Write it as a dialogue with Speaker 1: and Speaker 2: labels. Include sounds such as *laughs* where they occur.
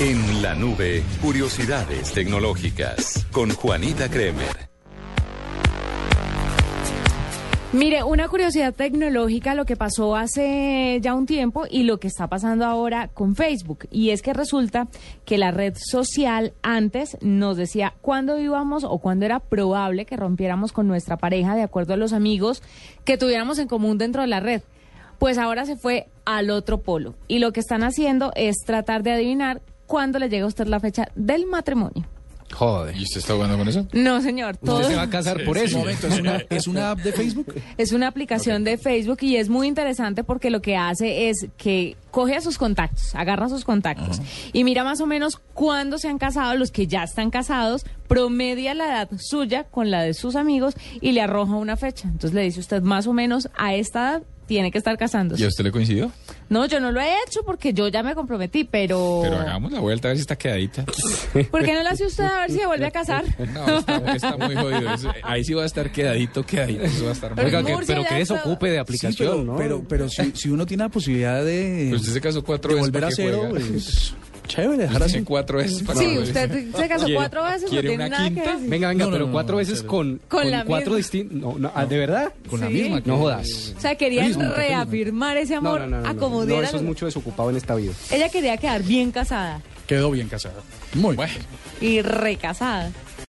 Speaker 1: En la nube, curiosidades tecnológicas con Juanita Kremer.
Speaker 2: Mire, una curiosidad tecnológica, lo que pasó hace ya un tiempo y lo que está pasando ahora con Facebook. Y es que resulta que la red social antes nos decía cuándo íbamos o cuándo era probable que rompiéramos con nuestra pareja de acuerdo a los amigos que tuviéramos en común dentro de la red. Pues ahora se fue al otro polo. Y lo que están haciendo es tratar de adivinar cuándo le llega a usted la fecha del matrimonio.
Speaker 3: Joder.
Speaker 4: ¿Y usted está jugando con eso?
Speaker 2: No, señor, todo
Speaker 3: ¿Usted se va a casar por eso?
Speaker 4: ¿es una, app de Facebook?
Speaker 2: Es una aplicación de Facebook y es muy interesante porque lo que hace es que coge a sus contactos, agarra a sus contactos y mira más o menos cuándo se han casado los que ya están casados, promedia la edad suya con la de sus amigos y le arroja una fecha. Entonces le dice usted más o menos a esta edad tiene que estar casándose.
Speaker 4: ¿Y a usted le coincidió?
Speaker 2: No, yo no lo he hecho porque yo ya me comprometí, pero...
Speaker 4: Pero hagamos la vuelta a ver si está quedadita.
Speaker 2: ¿Por qué no la hace usted a ver si se vuelve a casar?
Speaker 4: No, está, está
Speaker 2: *laughs*
Speaker 4: muy jodido. Eso- ahí sí va a estar quedadito, quedadito. Eso va a estar muy
Speaker 3: Oiga, que-
Speaker 2: Murcia
Speaker 3: pero
Speaker 2: ya
Speaker 3: que
Speaker 2: está-
Speaker 3: desocupe de
Speaker 5: Sí,
Speaker 3: aplicación,
Speaker 5: pero,
Speaker 3: ¿no?
Speaker 5: pero, pero si, si uno tiene la posibilidad de,
Speaker 4: Pero usted se casó cuatro
Speaker 5: de
Speaker 4: veces.
Speaker 5: volver a
Speaker 4: ¿para qué
Speaker 5: cero,
Speaker 4: juega?
Speaker 5: pues, chévere,
Speaker 4: *laughs*
Speaker 5: dejar
Speaker 4: Usted
Speaker 5: así.
Speaker 4: tiene cuatro veces. ¿para qué
Speaker 2: Sí,
Speaker 4: juega?
Speaker 2: usted se casó
Speaker 4: ¿Quiere-
Speaker 2: cuatro veces, no
Speaker 4: quiere
Speaker 2: tiene
Speaker 4: una
Speaker 2: nada que
Speaker 4: quinta?
Speaker 2: decir.
Speaker 3: Venga, venga,
Speaker 5: No, no,
Speaker 3: pero
Speaker 5: no,
Speaker 3: cuatro
Speaker 5: no, en
Speaker 3: veces
Speaker 5: serio.
Speaker 3: con,
Speaker 2: Con
Speaker 3: con
Speaker 2: la
Speaker 3: cuatro
Speaker 2: misma.
Speaker 3: distintos. No, no, ah, ¿De verdad?
Speaker 5: Con la
Speaker 2: Sí.
Speaker 5: misma. que-
Speaker 3: No jodas.
Speaker 2: O sea, querían
Speaker 5: Prisma,
Speaker 2: reafirmar ese
Speaker 3: No,
Speaker 2: amor
Speaker 3: no, no, no,
Speaker 2: a
Speaker 3: no.
Speaker 2: como
Speaker 3: No,
Speaker 2: diera
Speaker 3: eso es
Speaker 2: la-
Speaker 3: mucho desocupado en esta vida.
Speaker 2: Ella quería quedar bien casada
Speaker 5: Quedó bien casada. Muy
Speaker 4: Bueno,
Speaker 2: y recasada.